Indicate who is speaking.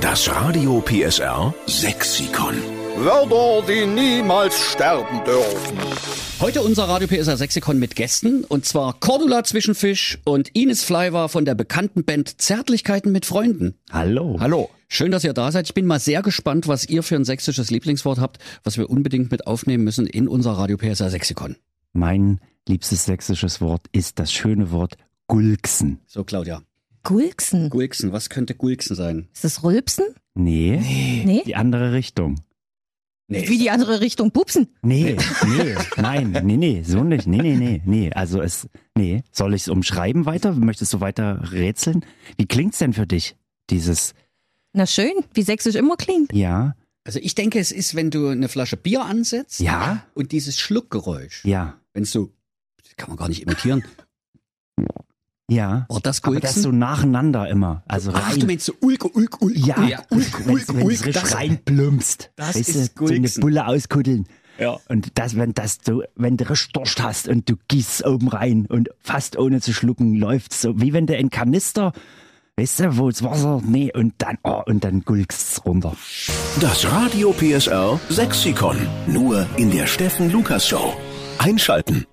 Speaker 1: Das Radio PSR Sexikon.
Speaker 2: Wörter, die niemals sterben dürfen.
Speaker 3: Heute unser Radio PSR Sexikon mit Gästen und zwar Cordula Zwischenfisch und Ines Flywar von der bekannten Band Zärtlichkeiten mit Freunden.
Speaker 4: Hallo.
Speaker 3: Hallo. Schön, dass ihr da seid. Ich bin mal sehr gespannt, was ihr für ein sächsisches Lieblingswort habt, was wir unbedingt mit aufnehmen müssen in unser Radio PSR Sexikon.
Speaker 4: Mein liebstes sächsisches Wort ist das schöne Wort Gulksen.
Speaker 3: So, Claudia.
Speaker 5: Gulksen.
Speaker 3: Gulksen, was könnte Gulksen sein?
Speaker 5: Ist das Rülpsen?
Speaker 4: Nee,
Speaker 5: Nee?
Speaker 4: die andere Richtung.
Speaker 5: Wie die andere Richtung Pupsen?
Speaker 4: Nee, nee, nein, nee, nee, so nicht. Nee, nee, nee, nee. Also es, nee. Soll ich es umschreiben weiter? Möchtest du weiter rätseln? Wie klingt's denn für dich, dieses,
Speaker 5: Na schön, wie sächsisch immer klingt.
Speaker 4: ja,
Speaker 3: Also ich denke, es ist, wenn du eine Flasche Bier ansetzt
Speaker 4: Ja.
Speaker 3: und dieses Schluckgeräusch,
Speaker 4: ja,
Speaker 3: wenn es so, das kann man gar nicht imitieren,
Speaker 4: ja.
Speaker 3: war das
Speaker 4: Aber das so
Speaker 3: Gulksen?
Speaker 4: nacheinander immer. Also rein.
Speaker 3: Ach, du meinst so Ulk, Ulk, Ulk.
Speaker 4: ja,
Speaker 3: Ulk,
Speaker 4: wenn's,
Speaker 3: Ulk,
Speaker 4: wenn's
Speaker 3: Ulk,
Speaker 4: richtig
Speaker 3: das-
Speaker 4: reinplumpst.
Speaker 3: Das
Speaker 4: weißt
Speaker 3: ist
Speaker 4: du, so eine
Speaker 3: Gulksen.
Speaker 4: Bulle auskuddeln.
Speaker 3: Ja.
Speaker 4: Und das, wenn das du, wenn du richtig Durst hast und du gießt oben rein und fast ohne zu schlucken läuft so, wie wenn du einen Kanister, weißt du, wo das Wasser, nee, und dann, oh, und dann gulkst's runter.
Speaker 1: Das Radio PSR Sexikon. Nur in der Steffen Lukas Show. Einschalten.